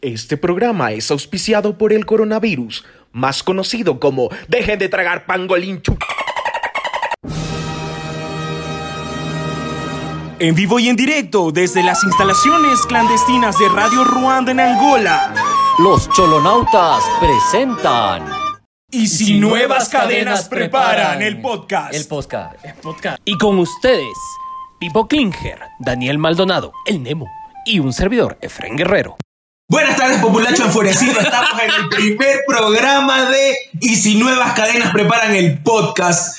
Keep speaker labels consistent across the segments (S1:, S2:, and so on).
S1: Este programa es auspiciado por el coronavirus, más conocido como Dejen de tragar pangolinchu.
S2: En vivo y en directo desde las instalaciones clandestinas de Radio Ruanda en Angola.
S3: Los Cholonautas presentan
S2: Y si, nuevas cadenas preparan el podcast.
S3: El podcast.
S4: Y con ustedes, Pipo Klinger, Daniel Maldonado, el Nemo y un servidor, Efren Guerrero.
S5: Buenas tardes, populacho enfurecido. Estamos en el primer programa de Y si nuevas cadenas preparan el podcast.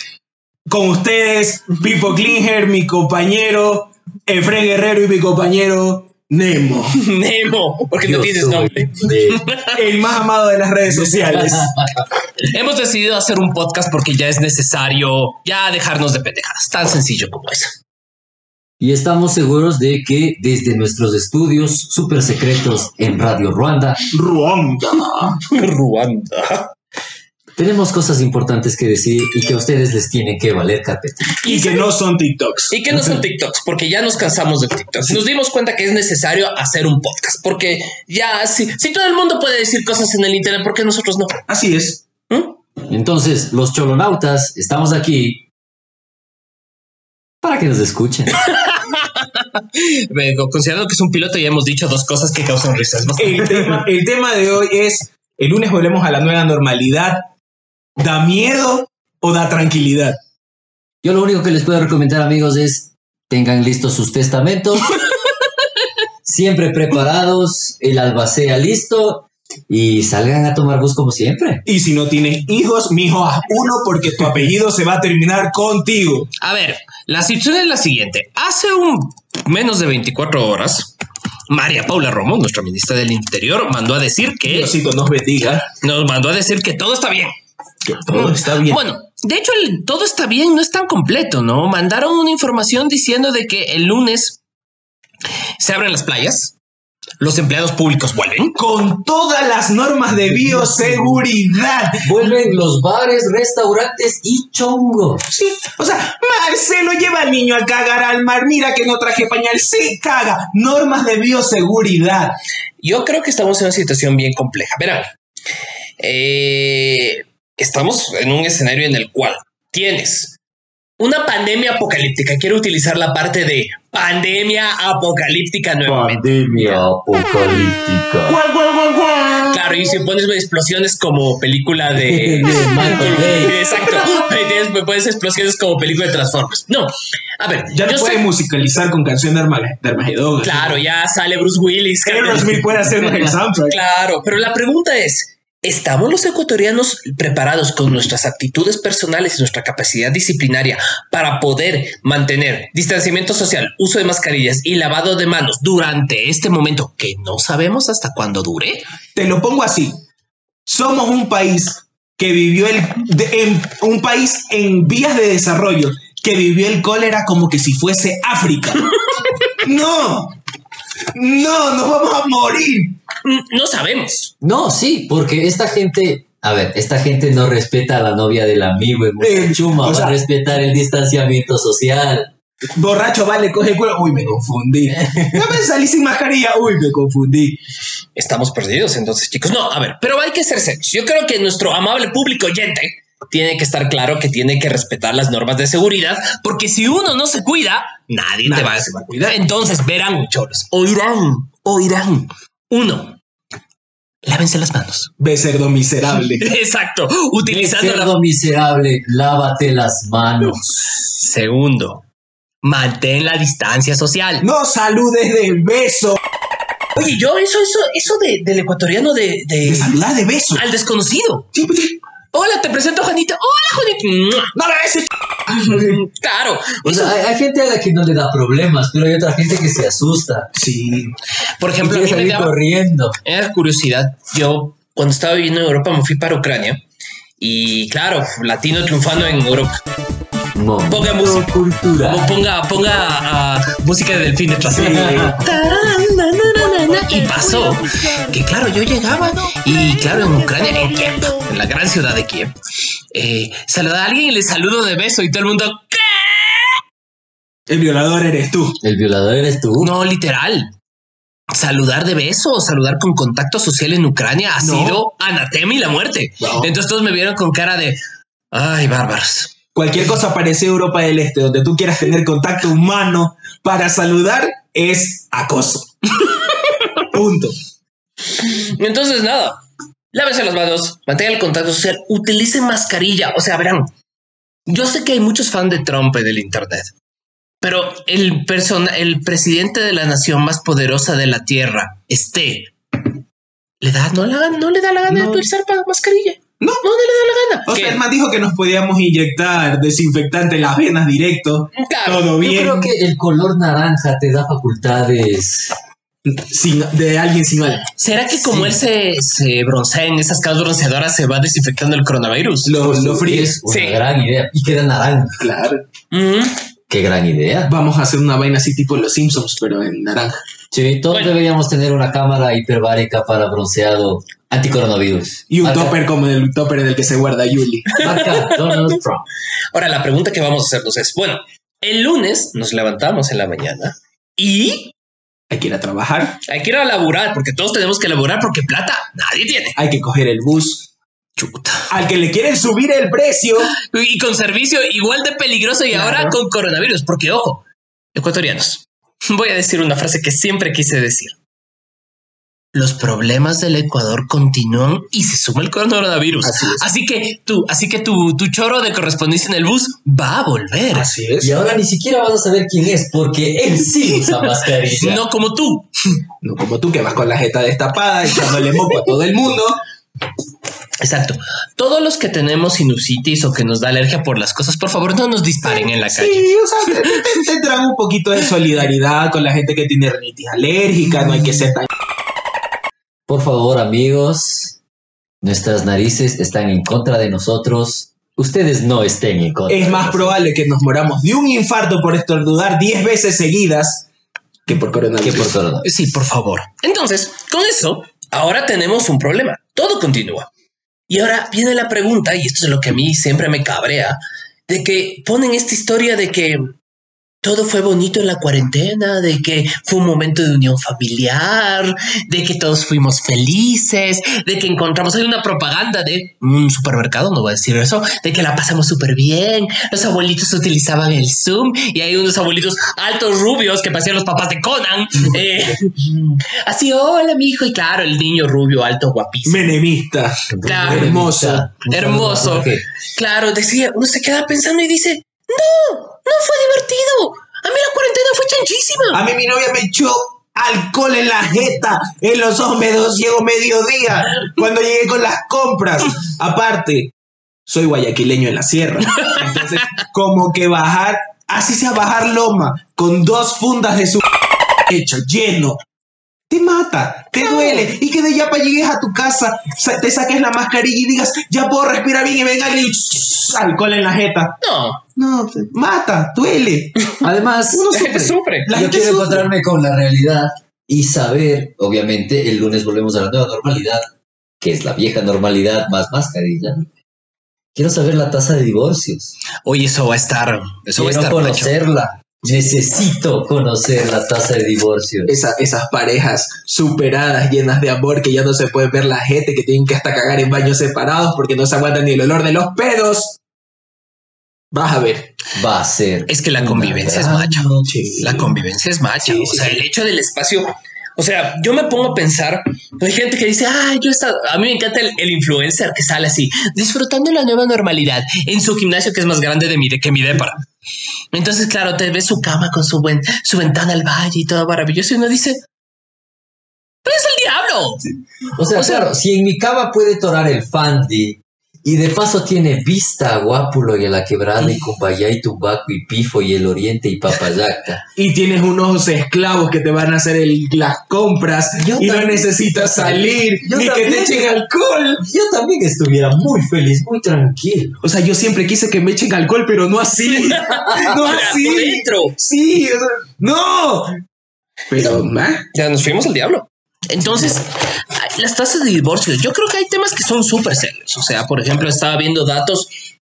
S5: Con ustedes, Pipo Klinger, mi compañero, Efren Guerrero y mi compañero Nemo.
S6: Nemo, porque no tienes nombre.
S5: El más amado de las redes sociales.
S6: Hemos decidido hacer un podcast porque ya es necesario ya dejarnos de pendejadas. Tan sencillo como eso.
S7: Y estamos seguros de que desde nuestros estudios super secretos en Radio Ruanda
S5: Ruanda.
S6: Ruanda.
S7: tenemos cosas importantes que decir y que a ustedes les tienen que valer carpeta.
S5: Y que no son TikToks.
S6: Y que no son TikToks, porque ya nos cansamos de TikToks. Nos dimos cuenta que es necesario hacer un podcast, porque ya si, si todo el mundo puede decir cosas en el internet, ¿por qué nosotros no?
S5: Así es.
S6: ¿Mm?
S7: Entonces, los cholonautas estamos aquí para que nos escuchen.
S6: Vengo, Considerando que es un piloto, ya hemos dicho dos cosas que causan risas. ¿no?
S5: El tema, el tema de hoy es: el lunes volvemos a la nueva normalidad. ¿Da miedo o da tranquilidad?
S7: Yo lo único que les puedo recomendar, amigos, es tengan listos sus testamentos, siempre preparados, el albacea listo y salgan a tomar bus como siempre.
S5: Y si no tienes hijos, mijo, haz uno porque tu apellido se va a terminar contigo.
S6: A ver, la situación es la siguiente. Hace un menos de 24 horas, María Paula Romo, nuestra ministra del Interior, mandó a decir que
S5: Diosito nos bendiga.
S6: nos mandó a decir que todo está bien.
S5: Que todo está bien.
S6: Bueno, de hecho, el todo está bien, no es tan completo, ¿no? Mandaron una información diciendo de que el lunes se abren las playas, los empleados públicos vuelven.
S5: con todas las normas de bioseguridad.
S7: Vuelven los bares, restaurantes y chongos.
S5: Sí, o sea, Marcelo lleva al niño a cagar al mar. Mira que no traje pañal. Sí, caga. Normas de bioseguridad.
S6: Yo creo que estamos en una situación bien compleja. Verán, eh, estamos en un escenario en el cual tienes una pandemia apocalíptica. Quiero utilizar la parte de pandemia apocalíptica nuevamente.
S7: Pandemia apocalíptica.
S5: Guau, guau, guau, guau.
S6: Claro, y si pones explosiones como película de.
S7: Michael Bay.
S6: Exacto. Ahí tienes, me pones explosiones como película de Transformers. No. A ver,
S5: Ya no
S6: yo
S5: puede
S6: sé.
S5: musicalizar con canción de, Arma- de Armagedón.
S6: Claro, ya sale Bruce Willis.
S5: Aerosmith puede hacernos el soundtrack.
S6: Claro, pero la pregunta es: ¿estamos los ecuatorianos preparados con nuestras actitudes personales y nuestra capacidad disciplinaria para poder mantener distanciamiento social, uso de mascarillas y lavado de manos durante este momento que no sabemos hasta cuándo dure?
S5: Te lo pongo así. Somos un país que vivió el. de- en- un país en vías de desarrollo que vivió el cólera como que si fuese África. no. No, nos vamos a morir.
S6: Mm, No sabemos.
S7: No, sí, porque esta gente, a ver, esta gente no respeta a la novia del amigo en
S5: Eh,
S7: Chuma,
S5: o
S7: va
S5: sea-
S7: a respetar el distanciamiento social.
S5: Borracho, vale, coge el cuero. Uy, me confundí. No me salí sin mascarilla. Uy, me confundí.
S6: estamos perdidos entonces, chicos. No, a ver, pero hay que ser serios. Yo creo que nuestro amable público oyente tiene que estar claro que tiene que respetar las normas de seguridad, porque si uno no se cuida, nadie,
S5: Nadie
S6: te va,
S5: se va
S6: a cuidar. Entonces verán, choros, oirán, oirán. Uno, lávense las manos.
S5: Becerdo miserable.
S6: Exacto, utilizando la...
S7: Cerdo miserable, lávate las manos.
S6: Segundo, mantén la distancia social.
S5: No saludes de beso.
S6: Oye, yo eso, eso, eso de- del ecuatoriano de-
S5: Te
S6: de
S5: saludas de beso.
S6: al desconocido. Hola, te presento a Juanita. Hola, Juanita.
S5: No le beses.
S6: Mm, Claro.
S7: O sea, hay, hay gente a la que no le da problemas, pero hay otra gente que se asusta.
S5: Sí.
S6: Por
S7: Y
S6: ejemplo,
S7: quiere
S6: a mí me
S7: salir
S6: daba,
S7: corriendo.
S6: me daba curiosidad. Yo, cuando estaba viviendo en Europa, me fui para Ucrania. Y claro, latino triunfando en Europa.
S7: No.
S6: Ponga música.
S7: cultura.
S6: O ponga, ponga ah, música de delfín detrás. Y pasó que, claro, yo llegaba y, claro, en Ucrania, en Kiev, en la gran ciudad de Kiev, eh, saludaba a alguien y le saludo de beso y todo el mundo, ¿qué?
S5: El violador eres tú.
S7: El violador eres tú.
S6: No, literal. saludar de beso, saludar con contacto social en Ucrania ha sido anatema y la muerte.
S5: No.
S6: Entonces todos me vieron con cara de, ay, bárbaros.
S5: Cualquier cosa parece Europa del Este, donde tú quieras tener contacto humano para saludar, es acoso. Punto.
S6: Entonces, nada, lávense las manos, mantengan el contacto social, utilicen mascarilla. O sea, verán, yo sé que hay muchos fans de Trump en el Internet, pero el, persona, el presidente de la nación más poderosa de la Tierra, este, le da, no, la, no le da la gana
S5: No.
S6: de utilizar pa- mascarilla.
S5: No.
S6: no le da la gana.
S5: O sea,
S6: Que-
S5: el man dijo que nos podíamos inyectar desinfectante en las venas directo.
S6: Claro.
S5: Todo
S7: Yo
S5: bien.
S7: creo que el color naranja te da facultades.
S5: Sin, de alguien sin algo.
S6: ¿Será que como él se, se broncea en esas casas bronceadoras se va desinfectando el coronavirus?
S5: Lo, lo fríes.
S7: Es una
S6: Sí.
S7: gran idea. Y queda naranja.
S5: Claro.
S6: Mm.
S7: Qué gran idea.
S5: Vamos a hacer una vaina así tipo los Simpsons, pero en naranja.
S7: Sí, todos
S6: Bueno.
S7: deberíamos tener una cámara hiperbárica para bronceado anticoronavirus.
S5: Y un
S7: Marca-
S5: topper como el topper en el que se guarda Yuli.
S7: marca Donald Trump.
S6: Ahora, la pregunta que vamos a hacernos es, bueno, el lunes nos levantamos en la mañana y
S5: Hay que ir a trabajar,
S6: hay que ir a laburar, porque todos tenemos que laburar porque plata nadie tiene.
S5: hay que coger el bus.
S6: Chuta.
S5: Al que le quieren subir el precio.
S6: Y con servicio igual de peligroso y
S5: Claro.
S6: ahora con coronavirus, porque ojo, ecuatorianos, voy a decir una frase que siempre quise decir. Los problemas del Ecuador continúan y se suma el coronavirus.
S5: Así
S6: Así,
S5: es.
S6: que tú, así que tu, tu choro de correspondencia en el bus va a volver.
S7: Y ahora ni siquiera vas a saber quién es, porque él sí usa mascarilla.
S6: No como tú.
S5: No como tú que vas con la jeta destapada, echándole moco a todo el mundo.
S6: Exacto. Todos los que tenemos sinusitis o que nos da alergia por las cosas, por favor, no nos disparen en la calle.
S5: Sí, o sea, te- te- tendrán un poquito de solidaridad con la gente que tiene rinitis alérgica, no hay que ser tan...
S7: Por favor, amigos, nuestras narices están en contra de nosotros. Ustedes no estén en contra.
S5: Es
S7: de
S5: más
S7: nosotros.
S5: probable que nos moramos de un infarto por estornudar 10 veces seguidas que por
S7: que
S5: coronavirus.
S7: por corona.
S6: Sí, por favor. Entonces, con eso, ahora tenemos un problema. Todo continúa. Y ahora viene la pregunta, y esto es lo que a mí siempre me cabrea, de que ponen esta historia de que todo fue bonito en la cuarentena, de que fue un momento de unión familiar, de que todos fuimos felices, de que encontramos, hay una propaganda de un supermercado, no voy a decir eso, de que la pasamos súper bien, los abuelitos utilizaban el Zoom y hay unos abuelitos altos rubios que parecían los papás de Conan. eh, así, hola, mi hijo, y claro, el niño rubio, alto, guapísimo.
S5: Menemista.
S6: Claro.
S5: Hermoso.
S6: Hermoso. Claro, decía, uno se queda pensando y dice, no, no fue divertido. A mí la cuarentena fue chanchísima.
S5: A mí mi novia me echó alcohol en la jeta, en los ojos me dejó ciego mediodía, cuando llegué con las compras. Aparte, soy guayaquileño en la sierra. Entonces, como que bajar, así sea bajar loma, con dos fundas de su hecho lleno. Te mata, te duele, y que de ya para llegues a tu casa, sa- te saques la mascarilla y digas, ya puedo respirar bien y venga y alcohol en la jeta.
S6: No,
S5: No, te mata, duele.
S7: Además,
S5: Uno
S6: la gente sufre.
S5: La
S7: yo
S5: gente
S7: quiero
S5: sufre.
S7: encontrarme con la realidad y saber, obviamente, el lunes volvemos a la nueva normalidad, que es la vieja normalidad más mascarilla. Quiero saber la tasa de divorcios.
S6: Oye, eso va a estar, eso
S7: Quiero
S6: va a estar recho.
S7: conocerla. Necesito conocer la tasa de divorcios.
S5: Esa- esas parejas superadas, llenas de amor, que ya no se puede ver la gente, que tienen que hasta cagar en baños separados porque no se aguantan ni el olor de los pedos. Vas a ver.
S7: Va a ser.
S6: Es que la
S7: una
S6: convivencia es
S7: gran
S6: macha.
S7: noche.
S6: La convivencia es macha.
S5: Sí,
S6: o
S5: sí,
S6: sea,
S5: sí.
S6: el hecho del espacio. O sea, yo me pongo a pensar, hay gente que dice, ah, yo he estado- a mí me encanta el, el influencer que sale así, disfrutando la nueva normalidad en su gimnasio que es más grande de mi, que mi depara. Entonces, claro, te ves su cama con su, buen, su ventana al valle y todo maravilloso y uno dice, pero es el diablo.
S7: O sea,
S6: O sea-
S7: claro, si en mi cava puede torar el Fandi y de paso tiene vista a Guápulo y a la quebrada y Cumbayá y Tubaco y Pifo y el Oriente y Papayacta.
S5: Y tienes unos esclavos que te van a hacer el- las compras
S7: Yo
S5: y no
S7: también.
S5: necesitas salir
S7: Yo
S5: ni que te
S7: también.
S5: echen alcohol.
S7: Yo también estuviera muy feliz, muy tranquilo.
S5: O sea, yo siempre quise que me echen alcohol, pero no así. no
S6: Ahora, por
S5: así.
S6: dentro.
S5: Sí, o sea, no. Pero, ¿ah?
S6: Ya nos fuimos al diablo. Entonces, ay, las tasas de divorcio, yo creo que hay temas que son súper serios. O sea, por ejemplo, estaba viendo datos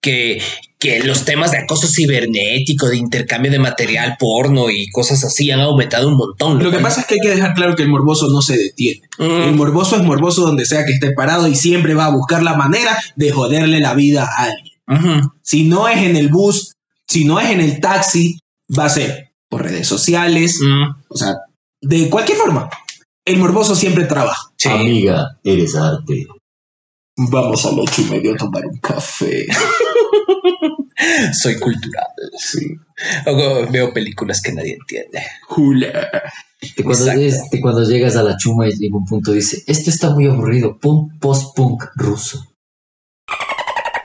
S6: que que los temas de acoso cibernético, de intercambio de material porno y cosas así han aumentado un montón.
S5: Lo que
S6: cual-
S5: pasa es que hay que dejar claro que el morboso no se detiene. El
S6: Mm,
S5: morboso es morboso donde sea que esté parado y siempre va a buscar la manera de joderle la vida a alguien.
S6: mm, ujú.
S5: Si no es en el bus, si no es en el taxi, va a ser por redes sociales,
S6: Mm,
S5: o sea, de cualquier forma. El morboso siempre trabaja. Ah,
S6: sí.
S7: Amiga, eres arte.
S5: Vamos al ocho y medio a tomar un café.
S6: Soy cultural. Hago- Veo películas que nadie entiende.
S5: Jula.
S7: Que cuando,
S6: Exacto.
S7: este, cuando llegas a la chuma y en un punto dice, esto está muy aburrido, punk, post-punk ruso.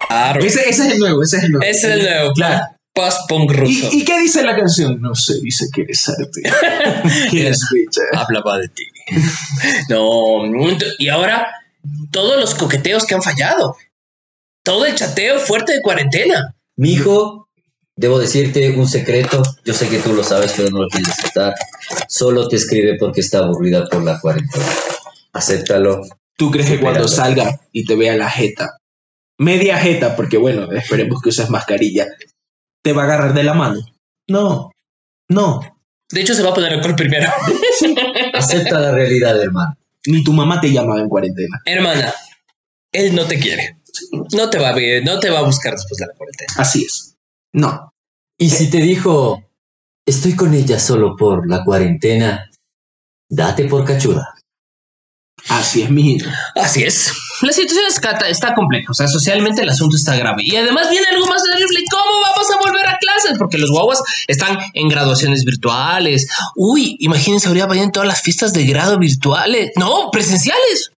S6: Claro. Ese
S5: Ese, ese es el nuevo, ese es el nuevo.
S6: es el nuevo
S5: Claro.
S6: post-punk ruso.
S5: ¿Y, y qué dice la canción? No sé, dice que eres arte. que eres bella.
S6: Hablaba de ti. No, ent- y ahora todos los coqueteos que han fallado. Todo el chateo fuerte de cuarentena.
S7: Mijo, debo decirte un secreto. Yo sé que tú lo sabes, pero no lo quieres aceptar. Solo te escribe porque está aburrida por la cuarentena. Acéptalo.
S5: ¿Tú crees que cuando
S7: Superando.
S5: salga y te vea la jeta, media jeta, porque bueno, esperemos que uses mascarilla, te va a agarrar de la mano? No, no,
S6: De hecho, se va a poner alcohol primero.
S7: Acepta la realidad, hermano.
S5: ni tu mamá te llamaba en cuarentena.
S6: Hermana, él no te quiere. No te va a ver, no te va a buscar después de la cuarentena.
S5: Así es. No,
S7: Y si te dijo, estoy con ella solo por la cuarentena, date por cachuda.
S5: así es, mi
S6: Así es. La situación es cata- está compleja. O sea, socialmente el asunto está grave. Y además viene algo más terrible. ¿Cómo vamos a volver a clases? Porque los guaguas están en graduaciones virtuales. Uy, imagínense, ahorita vayan todas las fiestas de grado virtuales. No, presenciales.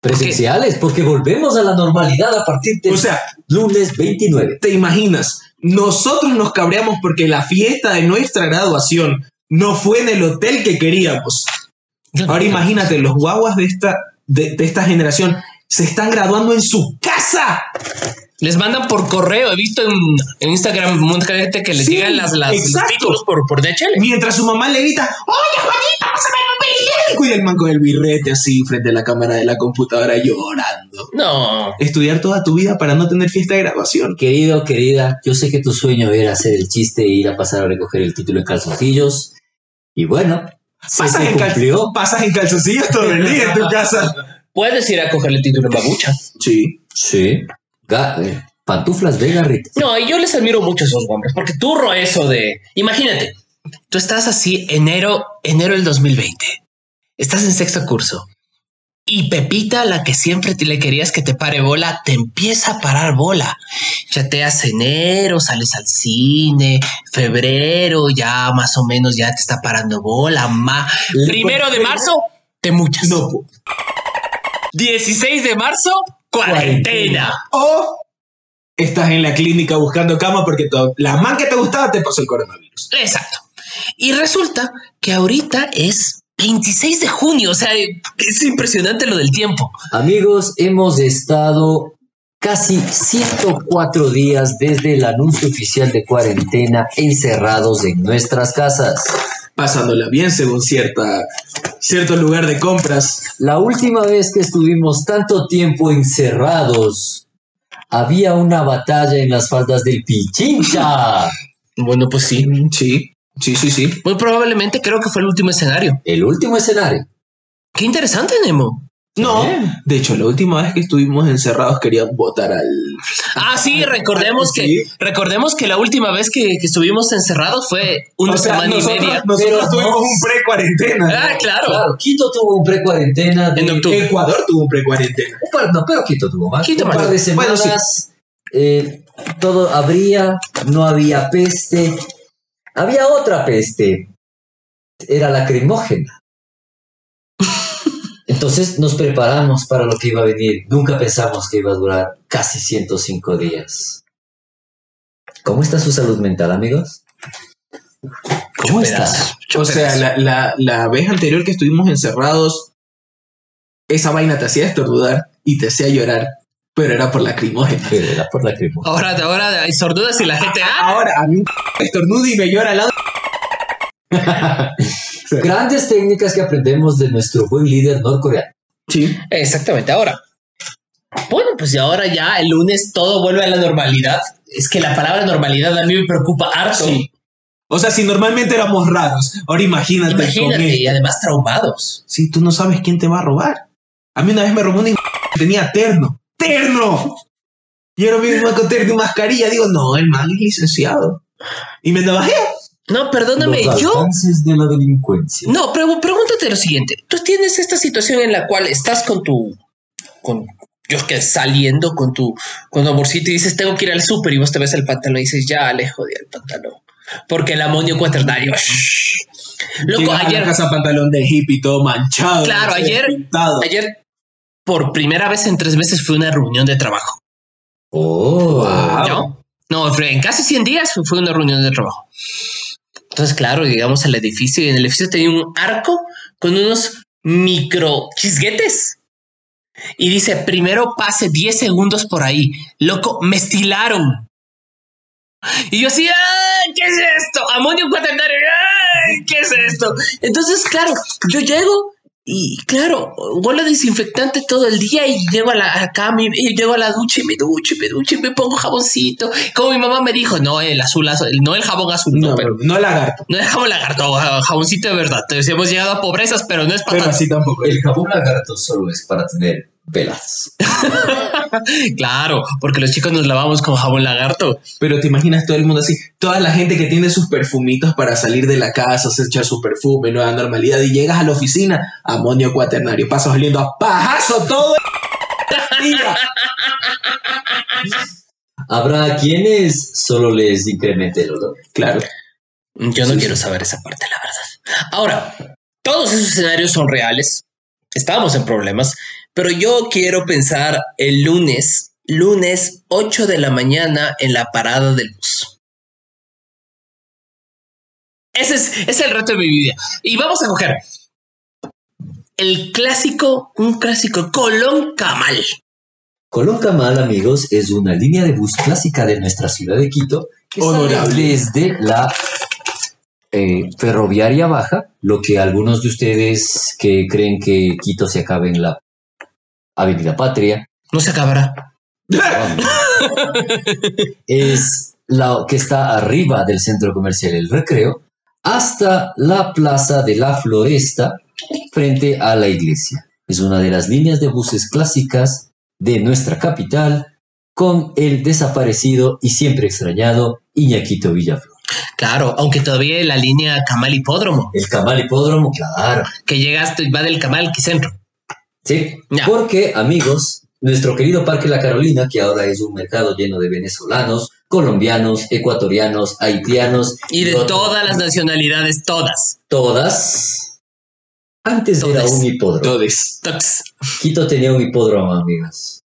S7: Presenciales, porque volvemos a la normalidad a partir del
S5: O sea,
S7: lunes 29.
S5: ¿te imaginas? Nosotros nos cabreamos porque la fiesta de nuestra graduación no fue en el hotel que queríamos. Ahora imagínate, los guaguas de esta, de- de esta generación se están graduando en su casa.
S6: Les mandan por correo. He visto en, en Instagram un montón de gente que les
S5: Sí,
S6: llegan las, las los
S5: exacto.
S6: títulos por, por DHL.
S5: Mientras su mamá le grita, ¡Oye, Juanita, vas a ver un periódico! Y el man con el birrete así frente a la cámara de la computadora llorando.
S6: No.
S5: Estudiar toda tu vida para no tener fiesta de graduación.
S7: Querido, querida, yo sé que tu sueño era hacer el chiste e ir a pasar a recoger el título en calzoncillos. Y bueno, se,
S5: Pasas
S7: se
S5: en, cal-
S7: cumplió.
S5: pasas en calzoncillos todo el día en tu casa.
S6: Puedes ir a cogerle título en babucha.
S5: Sí.
S7: Sí. Ga- eh, pantuflas de garrita.
S6: No, y yo les admiro mucho a esos hombres, porque turro eso de. Imagínate, tú estás así enero, enero del 2020. Estás en sexto curso. Y Pepita, la que siempre te le querías que te pare bola, te empieza a parar bola. Chateas enero, sales al cine, febrero, ya más o menos ya te está parando bola. ma-
S7: Le
S6: Primero de
S7: confirmo.
S6: marzo, te muchas.
S5: No. pues. po.
S6: 16 de marzo, cuarentena.
S5: O estás en la clínica buscando cama porque to- la man que te gustaba te pasó el coronavirus.
S6: Exacto. Y resulta que ahorita es 26 de junio, o sea, es impresionante lo del tiempo.
S7: Amigos, hemos estado casi 104 días desde el anuncio oficial de cuarentena encerrados en nuestras casas.
S5: Pasándola bien según cierta, cierto lugar de compras.
S7: La última vez que estuvimos tanto tiempo encerrados, había una batalla en las faldas del Pichincha.
S6: Bueno, pues sí.
S5: Mm, Sí, sí, sí, sí.
S6: Muy probablemente creo que fue el último escenario.
S7: El último escenario.
S6: Qué interesante, Nemo.
S5: No,
S7: Bien.
S5: de hecho, la última vez que estuvimos encerrados querían votar al
S6: Ah, sí, recordemos
S5: Sí.
S6: que recordemos que la última vez que, que estuvimos encerrados fue una
S5: O sea,
S6: semana
S5: nosotros,
S6: y media.
S5: nosotros
S7: Pero
S5: tuvimos
S7: no-
S5: un pre-cuarentena. Eh,
S6: Ah, claro.
S7: Claro, Quito tuvo un pre-cuarentena de-
S6: En octubre.
S5: Ecuador tuvo un pre-cuarentena.
S7: un par- no, pero Quito tuvo más.
S6: Quito
S7: un
S6: más.
S7: par de
S5: Bueno,
S7: semanas.
S5: sí.
S7: eh, todo habría, no había peste. Había otra peste. Era lacrimógena. Entonces nos preparamos para lo que iba a venir. Nunca pensamos que iba a durar casi 105 días. ¿Cómo está su salud mental, amigos? ¿Cómo está?
S6: Pedazos,
S5: O sea, la, la- la vez anterior que estuvimos encerrados, esa vaina te hacía estornudar y te hacía llorar, pero era por lacrimógena.
S7: Pero era por lacrimógena.
S6: Ahora, ahora hay sordudas y la gente. ah,
S5: Ahora a mí un estornudo y me llora al lado.
S7: Grandes técnicas que aprendemos de nuestro buen líder norcoreano.
S5: Sí.
S6: Exactamente, ahora. Bueno, pues y ahora ya el lunes todo vuelve a la normalidad. es que la palabra normalidad a mí me preocupa harto.
S5: Sí. O sea, si normalmente éramos raros, ahora imagínate, con
S6: Imagínate,
S5: esto.
S6: y además traumados.
S5: Si tú no sabes quién te va a robar. A mí una vez me robó un hijo que tenía terno. ¡Terno! Y ahora mismo con terno y mascarilla. Digo, no, el man es licenciado. Y me navajé.
S6: No, perdóname,
S7: Los
S6: yo
S7: alcances de la delincuencia.
S6: No, pregu- pregúntate lo siguiente. Tú tienes esta situación en la cual estás con tu. con. Yo que saliendo con tu. con tu amorcito y dices, tengo que ir al súper y vos te ves el pantalón y dices, ya le jodí el pantalón. Porque el amonio cuaternario. shh. Loco,
S5: Llegas a la
S6: ayer.
S5: casa pantalón de hippie todo manchado.
S6: Claro,
S5: no sé,
S6: ayer-
S5: pintado.
S6: Ayer, por primera vez en tres meses, fue una reunión de trabajo.
S7: Oh.
S5: Wow.
S6: ¿no? No, fue en casi 100 días fue una reunión de trabajo. Entonces, claro, llegamos al edificio y en el edificio tenía un arco con unos micro chisguetes. Y dice, primero pase 10 segundos por ahí. Loco, me estilaron. Y yo así, ¡ay! ¿Qué es esto? Amonio cuaternario, ¡ay! ¿Qué es esto? Entonces, claro, yo llego y claro, huelo a desinfectante todo el día y llego a la, acá, mi- y llego a la ducha y me ducho y me ducho y me pongo jaboncito. Como mi mamá me dijo, no, el azul, azul, no el jabón azul, no,
S5: No,
S6: pero...
S5: no lagarto.
S6: No es jabón lagarto, ja- jaboncito de verdad. Entonces, hemos llegado a pobrezas, pero no es para
S5: Pero así tampoco.
S7: El jabón lagarto solo es para tener velas.
S6: Claro, porque los chicos nos lavamos con jabón lagarto.
S5: Pero te imaginas todo el mundo así. Toda la gente que tiene sus perfumitos para salir de la casa, se echa su perfume, nueva normalidad. Y llegas a la oficina, amonio cuaternario. Pasas oliendo a pajazo todo el día.
S7: Habrá quienes solo les incremente el olor.
S5: Claro.
S6: Yo no quiero saber esa parte, la verdad. Ahora, todos esos escenarios son reales. Estábamos en problemas, pero yo quiero pensar el lunes, lunes 8 de la mañana en la parada del bus. Ese es, ese es el reto de mi vida. Y vamos a coger el clásico, un clásico, Colón Camal.
S7: Colón Camal, amigos, es una línea de bus clásica de nuestra ciudad de Quito que sale
S5: Honorable.
S7: desde la eh, ferroviaria baja, lo que algunos de ustedes que creen que Quito se acaba en la Avenida Patria,
S6: No se acabará.
S7: no, no. es la que está arriba del centro comercial El Recreo, hasta la Plaza de la Floresta, frente a la iglesia. Es una de las líneas de buses clásicas de nuestra capital, con el desaparecido y siempre extrañado Iñaquito Villaflor.
S6: Claro, aunque todavía hay la línea Camal Hipódromo,
S7: El Camal Hipódromo, claro.
S6: que llegas, va del Camal Quicentro.
S7: Sí,
S6: Ya.
S7: porque amigos, nuestro querido Parque La Carolina, que ahora es un mercado lleno de venezolanos, colombianos, ecuatorianos, haitianos
S6: Y de
S7: otras-
S6: todas las nacionalidades, todas.
S7: todas. Antes
S6: Todas.
S7: era un hipódromo.
S5: Todes.
S6: Tox.
S7: Quito tenía un hipódromo, amigos.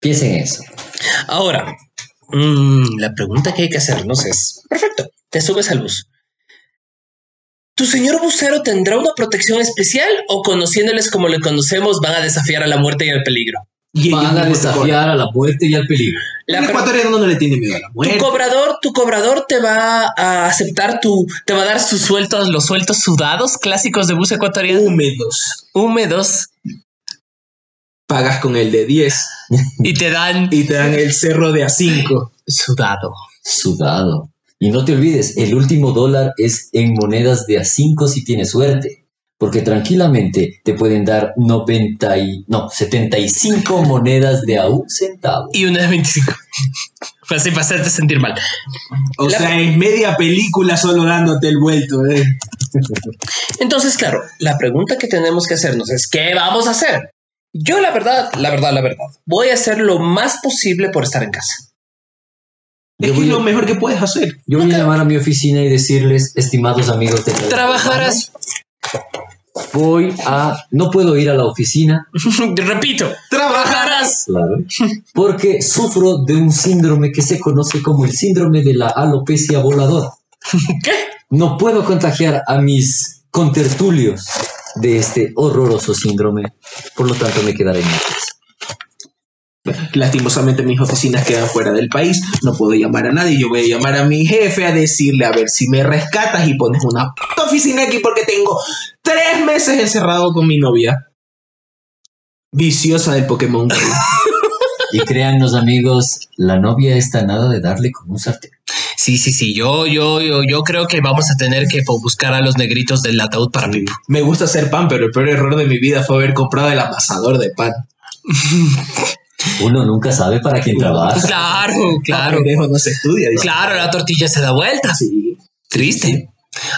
S7: Piensen en eso.
S6: Ahora, mm, la pregunta que hay que hacernos es, perfecto, te subes a luz. ¿Tu señor bucero tendrá una protección especial o conociéndoles como le conocemos van a desafiar a la muerte y al peligro?
S5: Y ellos
S7: Van a
S5: mismos te cobran.
S7: desafiar a la muerte y al peligro.
S6: La
S5: El
S6: pre-
S5: ecuatoriano no le tiene miedo a la
S6: tu
S5: muerte.
S6: cobrador, tu cobrador te va a aceptar tu, te va a dar sus sueltos, los sueltos sudados clásicos de bus ecuatoriano,
S5: Húmedos.
S6: húmedos,
S5: Pagas con el de 10
S6: y te dan
S5: y te dan el cerro de a 5.
S6: sudado.
S7: Sudado. Y no te olvides, el último dólar es en monedas de a 5 si tienes suerte. Porque tranquilamente te pueden dar 90 y, no, 75 monedas de a un centavo.
S6: Y una de 25. Así para hacerte sentir mal.
S5: O
S6: La-
S5: sea, es media película solo dándote el vuelto. eh.
S6: Entonces, claro, la pregunta que tenemos que hacernos es, ¿qué vamos a hacer? Yo la verdad, la verdad, la verdad, voy a hacer lo más posible por estar en casa.
S7: Yo
S5: Es que
S7: voy
S5: es
S7: a-
S5: lo mejor que puedes hacer.
S7: Yo voy a llamar a mi oficina y decirles, estimados amigos de
S6: Trabajarás,
S7: Voy a... No puedo ir a la oficina,
S6: repito, trabajarás.
S7: Claro. Porque sufro de un síndrome que se conoce como el síndrome de la alopecia voladora.
S6: ¿Qué?
S7: No puedo contagiar a mis contertulios de este horroroso síndrome, por lo tanto me quedaré en mi casa.
S5: Lastimosamente mis oficinas quedan fuera del país. No puedo llamar a nadie. Yo voy a llamar a mi jefe a decirle a ver si me rescatas y pones una puta oficina aquí porque tengo tres meses encerrado con mi novia. Viciosa del Pokémon Go.
S7: Y créannos, amigos, la novia está nada de darle con un sartén.
S6: Sí, sí, sí. Yo, yo, yo, yo creo que vamos a tener que po- buscar a los negritos del ataúd para Pipo.
S5: Me gusta hacer pan, pero el peor error de mi vida fue haber comprado el amasador de pan.
S7: Uno nunca sabe para quién trabaja.
S6: Claro, claro.
S5: Pendejo, no se estudia. dice.
S6: Claro, la tortilla se da vuelta.
S5: Sí.
S6: Triste.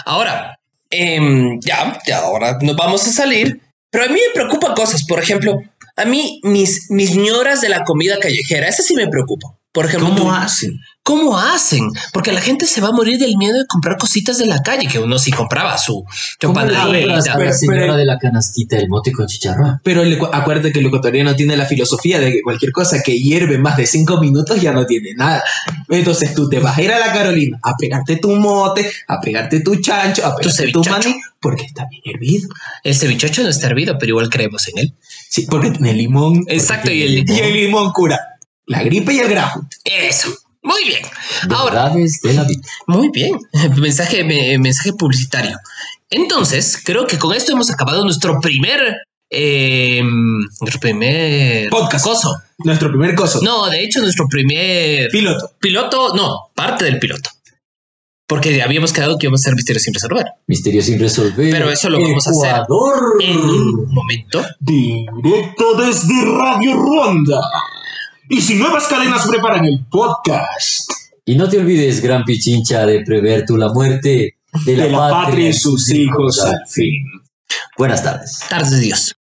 S6: Ahora, em, ya, ya, ahora nos vamos a salir. Pero a mí me preocupan cosas. Por ejemplo, a mí mis, mis ñoras de la comida callejera, esas sí me preocupan. Por ejemplo, tú-
S5: ¿Cómo hacen?
S6: ¿Cómo hacen? Porque la gente se va a morir del miedo de comprar cositas de la calle, que uno sí compraba su
S7: ¿Cómo le compras a
S6: chopanadita.
S7: la
S5: Pero-
S7: señora
S5: pero-
S7: de la canastita el mote con chicharrón?
S5: Pero el ecu- acuérdate que el ecuatoriano tiene la filosofía de que cualquier cosa que hierve más de cinco minutos ya no tiene nada. Entonces tú te vas a ir a la Carolina a pegarte tu mote, a pegarte tu chancho, a pegarte tu
S6: cevichacho.
S5: maní, porque está bien hervido.
S6: El cevichocho no está hervido, pero igual creemos en él.
S5: Sí, porque tiene limón.
S6: Exacto,
S5: porque
S6: y el
S5: tiene limón. Y el limón cura la gripe y el grajo.
S6: Eso. Muy bien. Ahora,
S7: Verdades de la vida.
S6: Muy bien, mensaje, me- mensaje publicitario. Entonces, creo que con esto hemos acabado nuestro primer... eh, nuestro primer...
S5: Podcast.
S6: Coso.
S5: Nuestro primer coso.
S6: No, de hecho, nuestro primer...
S5: Piloto.
S6: Piloto, no, parte del piloto. Porque habíamos quedado que íbamos a hacer misterio sin resolver.
S7: Misterio sin resolver.
S6: Pero eso lo vamos a hacer.
S7: Ecuador.
S6: En un momento.
S5: Directo desde Radio Ronda. Y si nuevas cadenas preparan el podcast
S7: Y no te olvides, gran pichincha, de prever tú la muerte de la,
S5: de la patria y sus hijos al fin.
S7: Buenas tardes.
S6: Tardes de Dios.